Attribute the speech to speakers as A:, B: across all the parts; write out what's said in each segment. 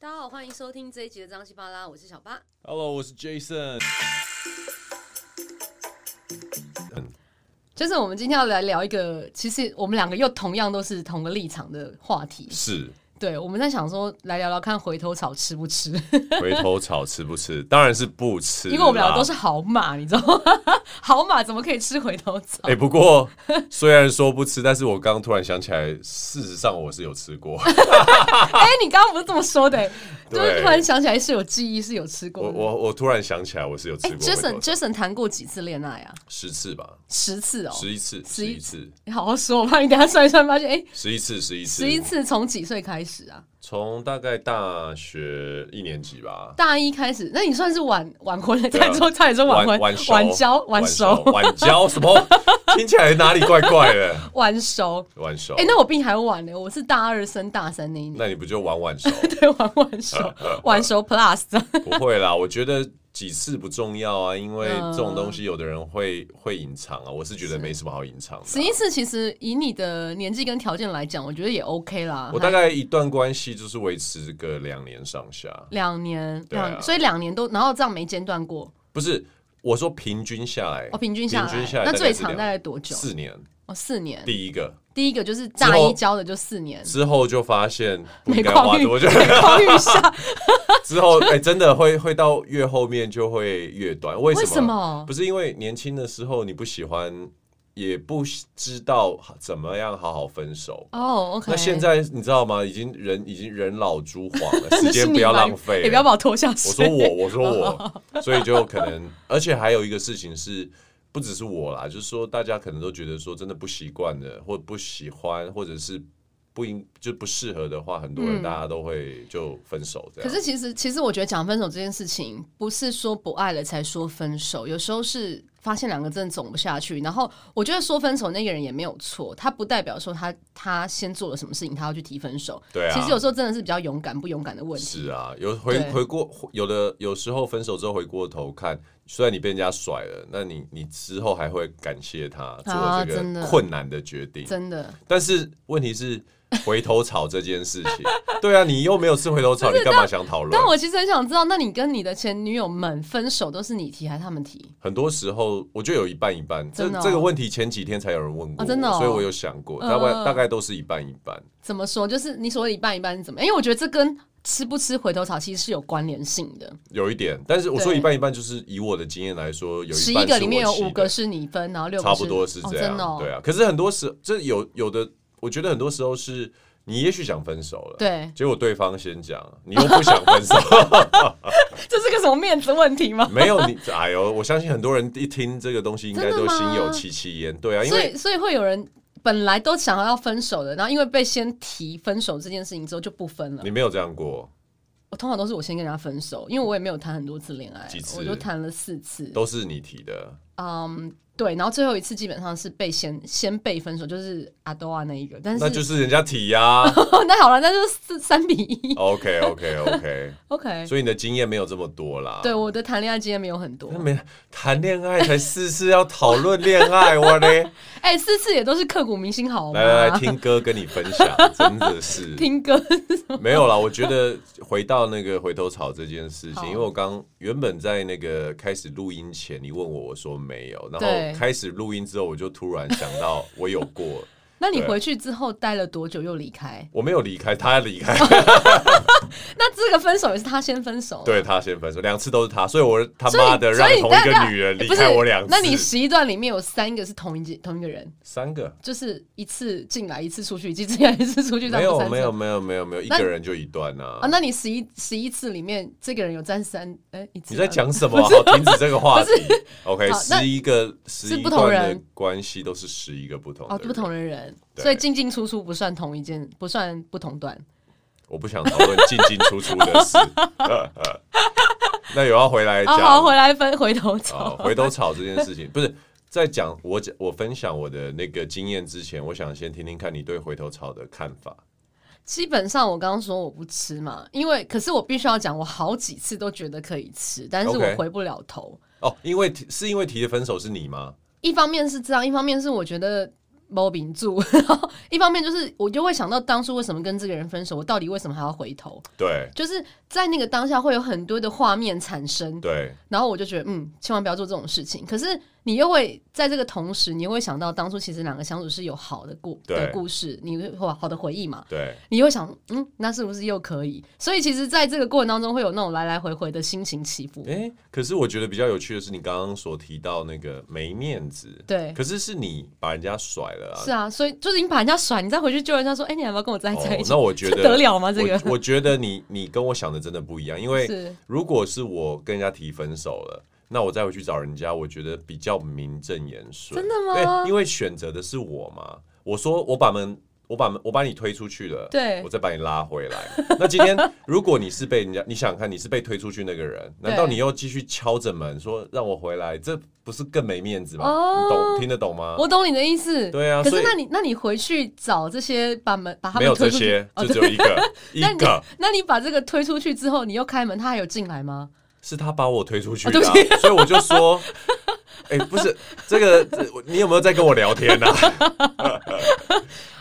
A: 大家好，欢迎收听这一集的张西巴拉，我是小八。
B: Hello，我是 Jason。
A: 就是我们今天要来聊一个，其实我们两个又同样都是同个立场的话题。
B: 是
A: 对，我们在想说来聊聊看回头草吃不 吃，
B: 回头草吃不吃？ 当然是不吃啦，
A: 因为我们两个都是好马，你知道吗？ 好马怎么可以吃回头草？
B: 哎、不过虽然说不吃，但是我刚刚突然想起来，事实上我是有吃 过。
A: 哎、你刚刚不是这么说的、欸就
B: 对
A: 是突然想起来是有记忆，是有吃
B: 我
A: 过的。
B: 我我突然想起来，我是有吃
A: 哎、
B: 过回
A: j a s o
B: 头
A: n
B: 草
A: Jason 谈过几次恋爱啊？
B: 十次吧，
A: 十次哦、
B: 十一次，
A: 十
B: 十
A: 一
B: 一次，
A: 你好好说，我怕你等一下算一算，发现哎，
B: 十一次，十一次，
A: 十一。次从几岁开始啊？
B: 从大概大学一年级吧，
A: 大一开始，那你算是晚晚婚了，
B: 对啊
A: 差点说差点说晚婚，
B: 晚熟
A: 晚交晚
B: 熟，
A: 熟
B: 晚交什么？听起来哪里怪怪的？
A: 晚熟。
B: 晚熟
A: 哎、，那我比你还晚呢，我是大二升大三那一年，
B: 那你不就晚晚熟？
A: 对，晚晚 熟，晚熟 plus
B: 不会啦，我觉得几次不重要啊，因为
A: 嗯
B: 这种东西有的人会会隐藏啊，我是觉得没什么好隐藏的、啊
A: 十一。次，其实以你的年纪跟条件来讲，我觉得也 OK 啦。
B: 我大概一段关系就是维持个两年上下，
A: 还两年，
B: 对啊
A: 两、所以两年都，然后这样没间断过，
B: 不是我说平均下来，
A: 哦，平均下来，
B: 平均下来
A: 那
B: 大概是
A: 最长
B: 两
A: 大概多久？嗯
B: 四年，
A: 哦，四年。
B: 第一个
A: 第一个就是大
B: 之
A: 一
B: 后
A: 教的就四年，
B: 之后就发现不
A: 每
B: 应该
A: 况
B: 花
A: 愈
B: 多久，
A: 每况愈下，
B: 之后哎、真的会会到越后面就会越短，为什
A: 为
B: 么？
A: 什么？
B: 不是因为年轻的时候你不喜欢，也不知道怎么样好好分手，
A: 哦，OK、o k
B: 那 现在你知道吗？已经人已经人老珠黄了，时间不要浪费，
A: 也不要把我哦拖下水。
B: 我说我，我说我，所以就可能，而且还有一个事情是，不只是我啦，就是说大家可能都觉得说真的不习惯的，或不喜欢，或者是不应就不适合的话，很多人大家都会就分手这
A: 嗯可
B: 样。
A: 是其实，其实我觉得讲分手这件事情，不是说不爱了才说分手，有时候是发现两个真的走不下去。然后我觉得说分手那个人也没有错，他不代表说他他先做了什么事情，他要去提分手。
B: 对啊
A: 其实有时候真的是比较勇敢不勇敢的问题。
B: 是啊，有回
A: 对
B: 回过有的有时候分手之后回过头看，虽然你被人家甩了，那你你之后还会感谢他
A: 啊
B: 做这
A: 真的
B: 个困难的决定。
A: 真的，
B: 但是问题是回头草这件事情， 对啊，你又没有吃回头草，你干嘛想讨论
A: 但？我其实很想知道，那你跟你的前女友们分手都是你提还是他们提？
B: 很多时候，我觉得有一半一半。这
A: 真的哦
B: 这个问题前几天才有人问过
A: 哦
B: 我，
A: 真的哦
B: 所以我有想过，
A: 嗯
B: 大概大概都是一半一半。
A: 怎么说？就是你所谓的一半一半是怎么样？因为我觉得这跟吃不吃回头草其实是有关联性的。
B: 有一点，但是我说
A: 对
B: 一半一半，就是以我的经验来说，有
A: 十
B: 半
A: 一
B: 是
A: 个
B: 我
A: 里面有
B: 吸
A: 五
B: 的
A: 个是你分，然后六个
B: 差不多是这
A: 哦、真
B: 样，
A: 的、哦、
B: 对啊。可是很多时，这有有的，我觉得很多时候是你也许想分手了，，
A: 对，
B: 结果对方先讲，你又不想分手，
A: 这是个什么面子问题吗？
B: 没有你，哎呦，我相信很多人一听这个东西，应该
A: 真的
B: 都
A: 吗
B: 心有戚戚焉。对啊，因
A: 所
B: 为
A: 以，所以会有人本来都想要分手的，然后因为被先提分手这件事情之后就不分了
B: 你。没有这样过，
A: 我通常都是我先跟人家分手，因为我也没有谈很多次恋爱
B: 几，次
A: 我就谈了四次。
B: 都是你提的。
A: 嗯，对，然后最后一次基本上是被先先被分手，就是阿多啊那一个，但是
B: 那就是人家提呀、
A: 那好了，那就是三比一。
B: OK OK OK，
A: OK，
B: 所以你的经验没有这么多啦。
A: 对，我的谈恋爱经验没有很多
B: 那，没谈恋爱才四次要讨论恋爱，我嘞，
A: 哎、四次也都是刻骨铭心， 好吗？
B: 来来来，听歌跟你分享，真 的是
A: 听歌
B: 没有啦，我觉得回到那个回头草这件事
A: 好
B: 情，因为我刚原本在那个开始录音前，你问我，我说没有，然
A: 对
B: 后开始录音之后，我就突然想到我有过，
A: 那你
B: 对
A: 回去之后待了多久又离开？
B: 我没有离开，他离开，
A: 那这个分手也是他先分手，
B: 对，他先分手，两次都是他，所以我他
A: 所以
B: 妈的让
A: 所以
B: 同
A: 但
B: 一个
A: 但
B: 女人离
A: 不是
B: 开我两次，
A: 那你十一段里面有三个是同一件同一个人，
B: 三个
A: 就是一次进来一次出去，一次进来一次出去，这
B: 没
A: 样不
B: 有
A: 三次
B: 没有没有没有没有一
A: 那
B: 个人就一段呐、
A: 啊？那你十一十一次里面这个人有占三哎、一次
B: 你
A: 吗？
B: 在讲什么？好，停止这个话题。OK，
A: 好那
B: 十一个
A: 是
B: 十
A: 不
B: 一
A: 同
B: 段的
A: 人
B: 关系都是十一个不同的
A: 哦，不同的人，
B: 对
A: 所以进进出出不算同一件，不算不同段。
B: 我不想讨论进进出出的事。呃那有要回来
A: 啊，
B: 讲、
A: 好，回来分回头
B: 啊
A: 草。
B: 回头草这件事情，不是在讲我讲我分享我的那个经验之前，我想先听听看你对回头草的看法。
A: 基本上我刚刚说我不吃嘛，因为可是我必须要讲，我好几次都觉得可以吃，但是我
B: OK
A: 回不了头。
B: 哦，因为提是因为提的分手是你吗？
A: 一方面是这样，一方面是我觉得猫饼住，一方面就是我就会想到当初为什么跟这个人分手，我到底为什么还要回头，
B: 对
A: 就是在那个当下会有很多的画面产生，
B: 对
A: 然后我就觉得嗯，千万不要做这种事情。可是你又会在这个同时，你又会想到当初其实两个相处是有好的故
B: 对
A: 的故事，你会有好的回忆嘛，
B: 对
A: 你会想嗯，那是不是又可以？所以其实在这个过程当中会有那种来来回回的心情起伏，
B: 哎、可是我觉得比较有趣的是，你刚刚所提到那个没面子，
A: 对。
B: 可是是你把人家甩了啊。
A: 是啊，所以就是你把人家甩，你再回去救人家说，哎、你还要不要跟我再在一
B: 哦，
A: 起？
B: 那我 觉
A: 这
B: 得
A: 得了吗？这个
B: 我我呃觉得你你跟我想的真的不一样，因为
A: 是
B: 如果是我跟人家提分手了，那我再回去找人家，我觉得比较名正言顺。
A: 真的吗
B: 对，因为选择的是我嘛。我说我把门，我把门，我把你推出去了，
A: 对
B: 我再把你拉回来。 那今天如果你是被人家，你想想看你是被推出去那个人，难道
A: 对
B: 你又继续敲着门说让我回来，这不是更没面子吗？
A: 哦
B: 你懂听得懂吗？
A: 我懂你的意思。
B: 对啊
A: 可
B: 所
A: 是
B: 以
A: 那你那你回去找这些把门把他
B: 没
A: 们
B: 有
A: 推
B: 这
A: 出去哦
B: 些，，就只有一个，一
A: 那你
B: 个。
A: 那你把这个推出去之后，你又开门，他还有进来吗？
B: 是他把我推出去
A: 哦
B: 的
A: 对
B: 啊、
A: 不起
B: 所以我就说， 哎、不是这个，这你有没有在跟我聊天 啊？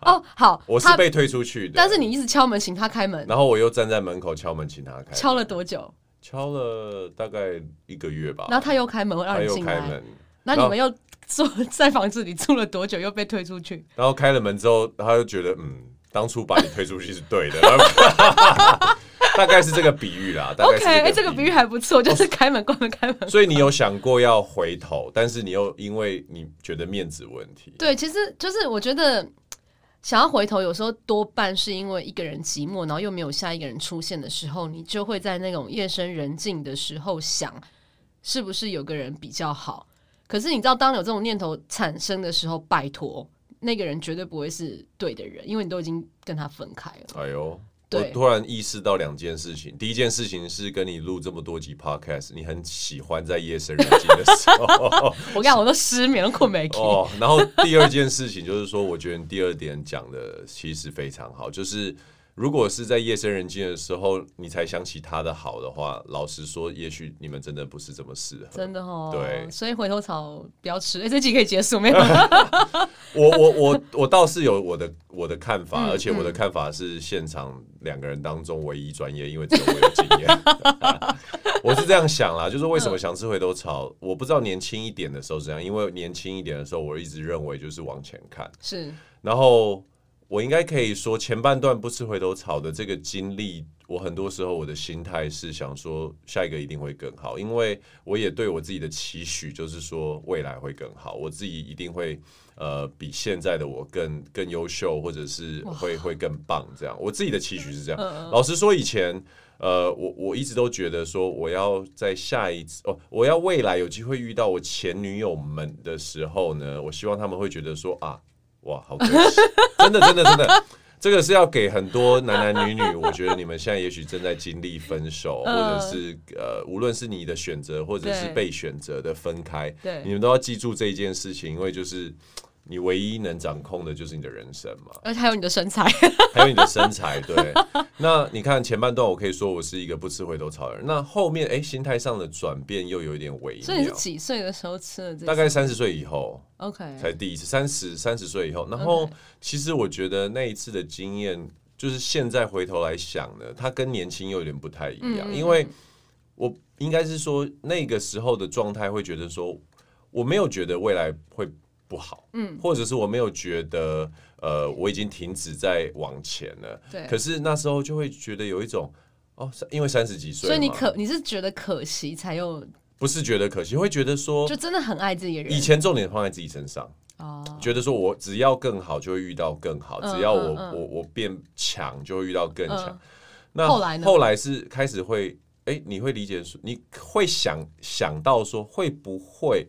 A: 哦，好，
B: 我是
A: 他，
B: 被推出去的，
A: 但是你一直敲门，请他开门，
B: 然后我又站在门口敲门，请他开，
A: 敲了多久？
B: 敲了大概一个月吧，
A: 然后他又开门，我让
B: 他
A: 你
B: 又
A: 进
B: 开
A: 来。
B: 门，
A: 那你们又住 在房子里住了多久？又被推出去？
B: 然后开了门之后，他就觉得嗯，当初把你推出去是对的， 然后大概是这个比喻啦，大概
A: OK，
B: 是
A: 哎、这个比喻还不错，就是开门关门开门。
B: 所以你有想过要回头，但是你又因为你觉得面子问题，
A: 对，其实就是我觉得想要回头，有时候多半是因为一个人寂寞，然后又没有下一个人出现的时候，你就会在那种夜深人静的时候想，是不是有个人比较好。可是你知道，当有这种念头产生的时候，拜托，那个人绝对不会是对的人，因为你都已经跟他分开了。
B: 哎呦，我
A: 对
B: 突然意识到两件事情。第一件事情是跟你录这么多集 podcast，你很喜欢在夜深人静的时候
A: 我讲，我都失眠了，困没起。
B: 哦。然后第二件事情就是说，我觉得你第二点讲的其实非常好，就是。如果是在夜深人静的时候，你才想起他的好的话，老实说，也许你们真的不是这么适合。
A: 真的哦，
B: 对
A: 所以回头草不要吃。哎、这集可以结束没 有？
B: 我我我我倒是有我的我的看法，而且我的看法是现场两个人当中唯一专业，因为只有我有经验。 我是这样想啦，就是为什么想吃回头草？我不知道年轻一点的时候是这样，因为年轻一点的时候，我一直认为就是往前看，
A: 是
B: 然后我应该可以说前半段不吃回头草的这个经历。我很多时候我的心态是想说下一个一定会更好，因为我也对我自己的期许就是说未来会更好，我自己一定会呃比现在的我更更优秀，或者是呃会会更棒这样。我自己的期许是这样。老实说，以前呃我我一直都觉得说我要在下一次哦，我要未来有机会遇到我前女友们的时候呢，我希望他们会觉得说啊哇，好可惜， 真的，真的，真的，这个是要给很多男男女 女。我觉得你们现在也许正在经历分手，或
A: 嗯
B: 者是呃，无论是你的选择，或者是
A: 对
B: 被选择的分开，
A: 对
B: 你们都要记住这一件事情，因为就是。你唯一能掌控的就是你的人生嘛，
A: 而且还有你的身材，
B: 还有你的身材。对，那你看前半段，我可以说我是一个不吃回头草的人。那后面，哎、心态上的转变又有一点微
A: 所以你是
B: 妙。
A: 几岁的时候吃的这
B: 大概三十岁以后，
A: o k
B: 才第一次，三十三十岁以后。然后
A: OK
B: 其实我觉得那一次的经验，就是现在回头来想呢，它跟年轻又有点不太一样，
A: 嗯嗯
B: 因为我应该是说那个时候的状态会觉得说，我没有觉得未来会不好，嗯，或者是我没有觉得呃我已经停止在往前了，
A: 对
B: 可是那时候就会觉得有一种。哦，因为三十几岁
A: 所
B: 嘛，
A: 以你可你是觉得可惜才有，
B: 不是觉得可惜，会觉得说
A: 就真的很爱自己的人
B: 哦以前重点放在自己身上，
A: 哦，
B: 觉得说我只要更好就会遇到更好，
A: 嗯
B: 只要我、
A: 嗯嗯
B: 我我变强就会遇到更强。
A: 嗯
B: 那
A: 后来呢
B: 后来是开始会，哎、你会理解说，你会想想到说会不会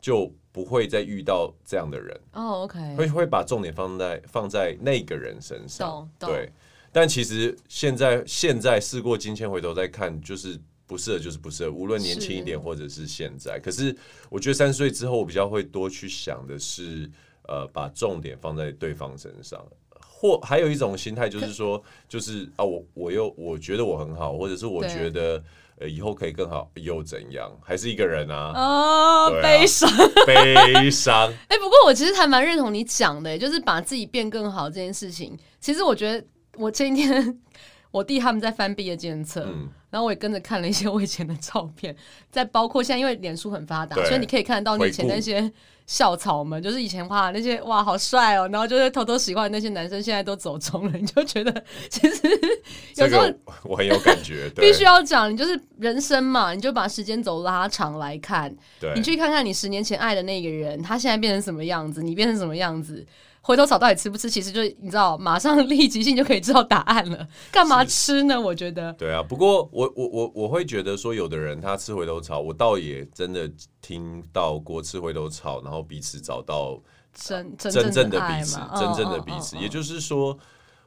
B: 就不会再遇到这样的人，
A: 哦，OK，
B: 会会把重点放在放在那个人身上
A: 懂，懂
B: 对。但其实现在现在事过境迁，回头再看，就是不适合就是不适合，无论年轻一
A: 是
B: 点或者是现在。可是我觉得三十岁之后，我比较会多去想的是，呃，把重点放在对方身上，或还有一种心态就是说，就是啊，我我又我觉得我呃很好，或者是我
A: 对
B: 觉得呃以后可以更好，又怎样？还是一个 人啊，
A: 哦
B: 对啊
A: 悲伤。
B: 悲伤。
A: 哎、不过我其实还蛮认同你讲的，就是把自己变更好这件事情。其实我觉得，我前几天 我弟他们在翻毕业纪念册，
B: 嗯，
A: 然后我也跟着看了一些我以前的照片，再包括现在因为脸书很发达，
B: 对
A: 所以你可以看得到你以前
B: 回顾
A: 那些校草们，就是以前哇那些哇好帅哦，然后就是偷偷喜欢的那些男生，现在都走中了，你就觉得 其实有
B: 这
A: 时候
B: 个我很有感觉，对
A: 必须要讲，你就是人生嘛，你就把时间轴拉长来看，
B: 对
A: 你去看看你十年前爱的那个人，他现在变成什么样子，你变成什么样子。回头草到底吃不吃，其实就你知道，马上立即性就可以知道答案 了。干嘛吃呢？我觉得，
B: 对啊，不过我我我我会觉得说，有的人他吃回头草，我倒也真的听到过吃回头草，然后彼此找到
A: 真
B: 真
A: 真
B: 正
A: 正
B: 的
A: 爱
B: 彼此
A: 嘛，，嗯
B: 真正的
A: 嗯
B: 彼此。
A: 嗯
B: 也就是说，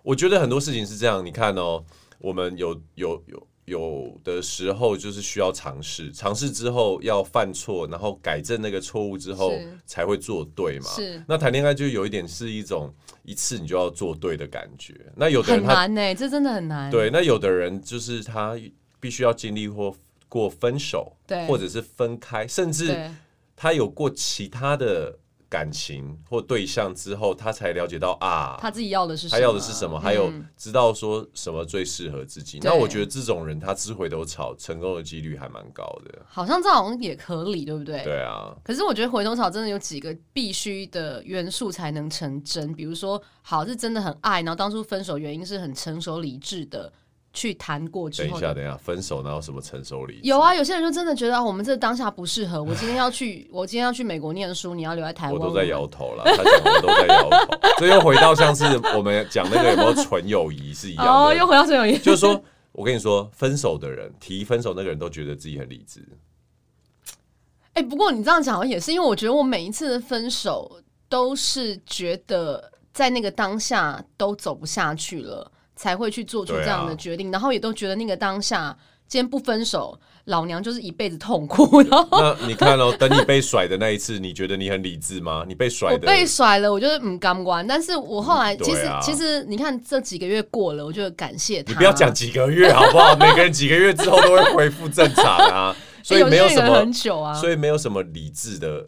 B: 我觉得很多事情是这样。你看哦，我们有有有有的时候就是需要尝试，尝试之后要犯错，然后改正那个错误之后
A: 是
B: 才会做对嘛。
A: 是
B: 那谈恋爱就有一点是一种一次你就要做对的感觉。那有的
A: 哦很
B: 人他
A: 难呢、欸这真的很难。
B: 对，那有的人就是他必须要经历或过分手，
A: 对
B: 或者是分开，甚至
A: 对
B: 他有过其他的感情或对象之后，他才了解到啊，
A: 他自己要的是什
B: 他
A: 么
B: 要的是什么，还有
A: 嗯
B: 知道说什么最适合自己。
A: 对
B: 那我觉得这种人他吃回头草成功的几率还蛮高的。
A: 好像这好像也合理，对不对？
B: 对啊，
A: 可是我觉得回头草真的有几个必须的元素才能成真，比如说，好是真的很爱，然后当初分手原因是很成熟理智的去谈过之
B: 等一
A: 后。
B: 下，等一下，分手哪有什么成熟理？
A: 有啊，有些人就真的觉得啊，我们这当下不适合。我今天要去，我今天要去美国念书，你要留在台
B: 我
A: 湾。
B: 都在摇头了，他讲我都在摇头，这又回到像是我们讲那个有没有纯友谊是一样的。
A: 哦，又回到这种，
B: 就是说，我跟你说，分手的人提分手那个人都觉得自己很理智，
A: 哎、不过你这样讲好像也是，因为我觉得我每一次的分手都是觉得在那个当下都走不下去了，才会去做出
B: 啊
A: 这样的决定，然后也都觉得那个当下今天不分手，老娘就是一辈子痛苦。 然后
B: 那你 看哦，等你被甩的那一次，你觉得你很理智吗？你被甩
A: 我
B: 的，
A: 被甩了，我就是嗯唔甘关。但是我后来
B: 嗯
A: 其实、
B: 对啊
A: 其实你看这几个月过了，我就感谢他。
B: 你不要讲几个月好不 好？每个人几个月之后都会恢复正常啊，所以
A: 哎有
B: 没
A: 些
B: 有
A: 人
B: 什么
A: 很，久啊。
B: 所以没有什么理智的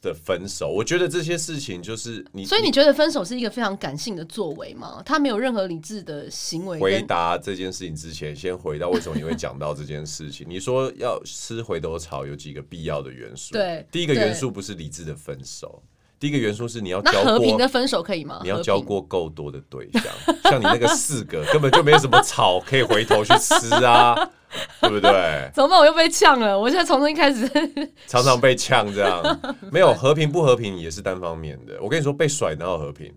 B: 的分手。我觉得这些事情就是你，
A: 所以你觉得分手是一个非常感性的作为吗？他没有任何理智的行为
B: 回
A: 跟
B: 答这件事情之前，先回到为什么你会讲到这件 事情。你说要吃回头草，有几个必要的元素？
A: 对
B: 第一个
A: 对
B: 元素不是理智的分手，第一个元素是你要
A: 那
B: 交
A: 和平
B: 过
A: 的分手可以吗？
B: 你要
A: 和
B: 交
A: 平
B: 过够多的对象，像你那个四个 根本就没有什么草可以回头去吃啊，对不对？
A: 怎么办？我又被呛了，我现在重新开始。
B: 常常被呛这 样，没有和平不和平也是单方面的。我跟你说，被甩哪有和平？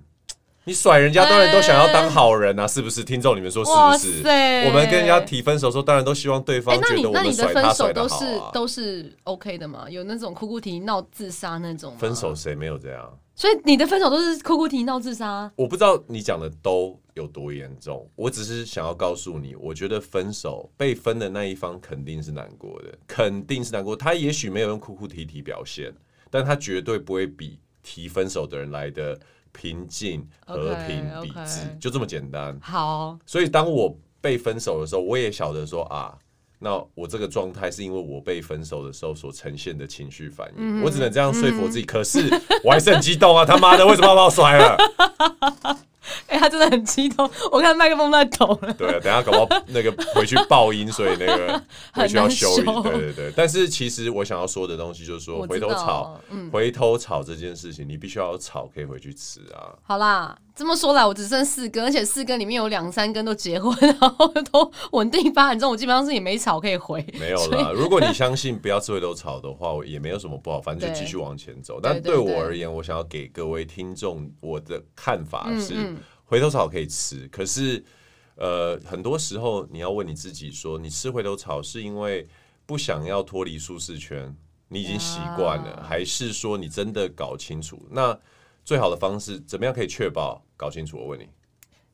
B: 你甩人家，当然都想要当好人啊，是不是？听众，你们说是不是？
A: 塞
B: 我们跟人家提分手的时候，当然都希望对
A: 哎、
B: 方
A: 那
B: 觉
A: 你
B: 得我
A: 那
B: 们
A: 你的
B: 甩他
A: 分
B: 甩
A: 手
B: 的
A: 都
B: 好
A: 是
B: 啊。
A: 都是 OK 的吗？有那种哭哭啼闹自杀那种吗
B: 分，手谁没有这样？
A: 所以你的分手都是哭哭啼闹自杀？啊
B: 我不知道你讲的都有多严重，我只是想要告诉你，我觉得分手被分的那一方肯定是难过的，肯定是难过。他也许没有用哭哭啼啼表现，但他绝对不会比提分手的人来的平静、和平、
A: OK，OK
B: 理智就这么简单。
A: 好，
B: 所以当我被分手的时候，我也晓得说啊。那我这个状态是因为我被分手的时候所呈现的情绪反应，我只能这样说服我自己。可是我还是很激动啊！他妈的，为什么要把我甩了？
A: 哎、他真的很激动，我看麦克风在抖了。
B: 对，啊等一下搞不好那个回去爆音，所以那个回去要修
A: 很
B: 一
A: 难
B: 点。
A: 修
B: 对对对，但是其实我想要说的东西就是说，
A: 我
B: 回
A: 知道嗯
B: 头草，回头草这件事情，你必须要有草可以回去吃啊。
A: 好啦，这么说来，我只剩四根，而且四根里面有两三根都结婚，然后都稳定发展中，我基本上是也没草可以回。
B: 没有啦，如果你相信不要吃回头草的话，我也没有什么不好，反正就
A: 对
B: 继续往前走。
A: 对
B: 但
A: 对
B: 对我
A: 对
B: 而言，我想要给各位听众我的看法
A: 嗯
B: 是，
A: 嗯
B: 回头草可以吃，可是呃，很多时候你要问你自己说，你吃回头草是因为不想要脱离舒适圈，你已经习惯了，
A: 啊
B: 还是说你真的搞清楚？那最好的方式怎么样可以确保搞清楚？我问你，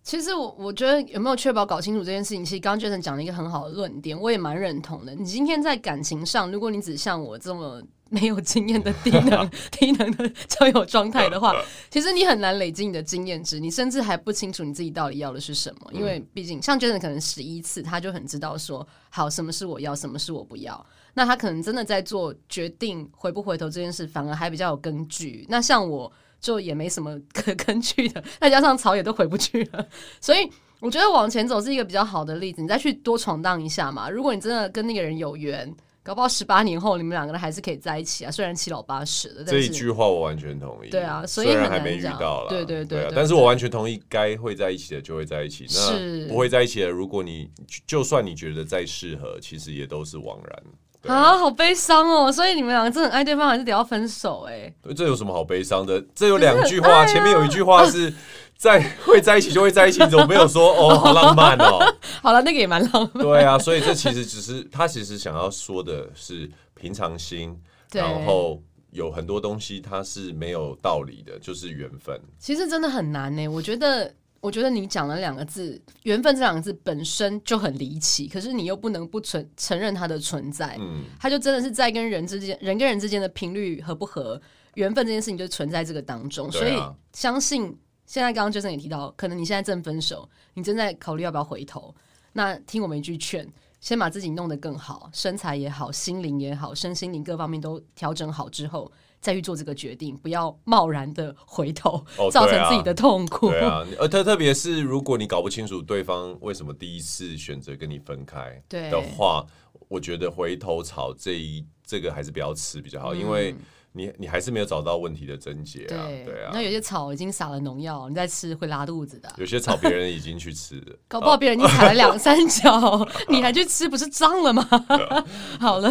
A: 其实我我觉得有没有确保搞清楚这件事情，其实刚刚 Jason 讲了一个很好的论点，我也蛮认同的。你今天在感情上，如果你只像我这么没有经验的低能 低能的交友状态的话，其实你很难累积你的经验值，你甚至还不清楚你自己到底要的是什么。因为毕竟像 Jason 可能十一次，他就很知道说，好，什么是我要，什么是我不要。那他可能真的在做决定回不回头这件事，反而还比较有根据。那像我就也没什么可根据的，再加上草也都回不去了，所以我觉得往前走是一个比较好的例子。你再去多闯荡一下嘛。如果你真的跟那个人有缘，搞不好十八年后你们两个人还是可以在一起啊。虽然七老八十了，
B: 这
A: 但
B: 一
A: 是
B: 句话我完全同意。
A: 对啊所以
B: 虽然
A: 很
B: 还
A: 难
B: 没遇
A: 讲
B: 到啦，
A: 对对对
B: 啊
A: 对
B: 但是
A: 对
B: 我完全同意，该会在一起的就会在一起，
A: 是
B: 那不会在一起的，如果你就就算你觉得再适合，其实也都是枉然。对啊
A: 啊，好悲伤哦。所以你们两个真的很爱对方，还是得要分手哎、
B: 这有什么好悲伤的？这有两句 话，前面有一句话是在会在一起就会在一起，怎么没有说哦好浪漫 哦？
A: 好了，那个也蛮浪漫。
B: 对啊，所以这其实只是他其实想要说的是平常心，
A: 对
B: 然后有很多东西它是没有道理的，就是缘分。
A: 其实真的很难呢、我觉得，我觉得你讲了两个字“缘分”这两个字本身就很离奇，可是你又不能不存承认它的存在，
B: 嗯，
A: 它就真的是在跟人之间、人跟人之间的频率合不合，缘分这件事情就存在这个当中。所
B: 对
A: 以
B: 啊
A: 相信现在刚刚 Jason 也提到，可能你现在正分手，你正在考虑要不要回头，那听我们一句劝。先把自己弄得更好，身材也好，心灵也好，身心灵各方面都调整好之后，再去做这个决定，不要贸然的回头，
B: 哦
A: 造
B: 对
A: 成
B: 啊
A: 自己的痛苦。
B: 对 啊，呃，特特别是如果你搞不清楚对方为什么第一次选择跟你分开
A: 对
B: 的话，我觉得回头草这一这个还是不要吃比较好，因为你你还是没有找到问题的症结
A: 嗯
B: 啊，
A: 对
B: 对啊
A: 那。有些草已经撒了农药，你再吃会拉肚子的啊、
B: 有些草别人已经去吃了，
A: 搞不好别人已经踩了两三脚，你还去吃，不是脏了吗？ 好了，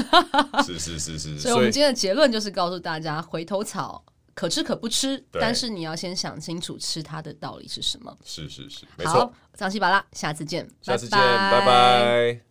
B: 啊 是是是是，
A: 所以我们今天的结论就是告诉大家，回头草可吃可不吃，
B: 对
A: 但是你要先想清楚吃它的道理是什么。
B: 是是是，没错
A: 好，，张西巴拉，下次见，
B: 下次见，拜拜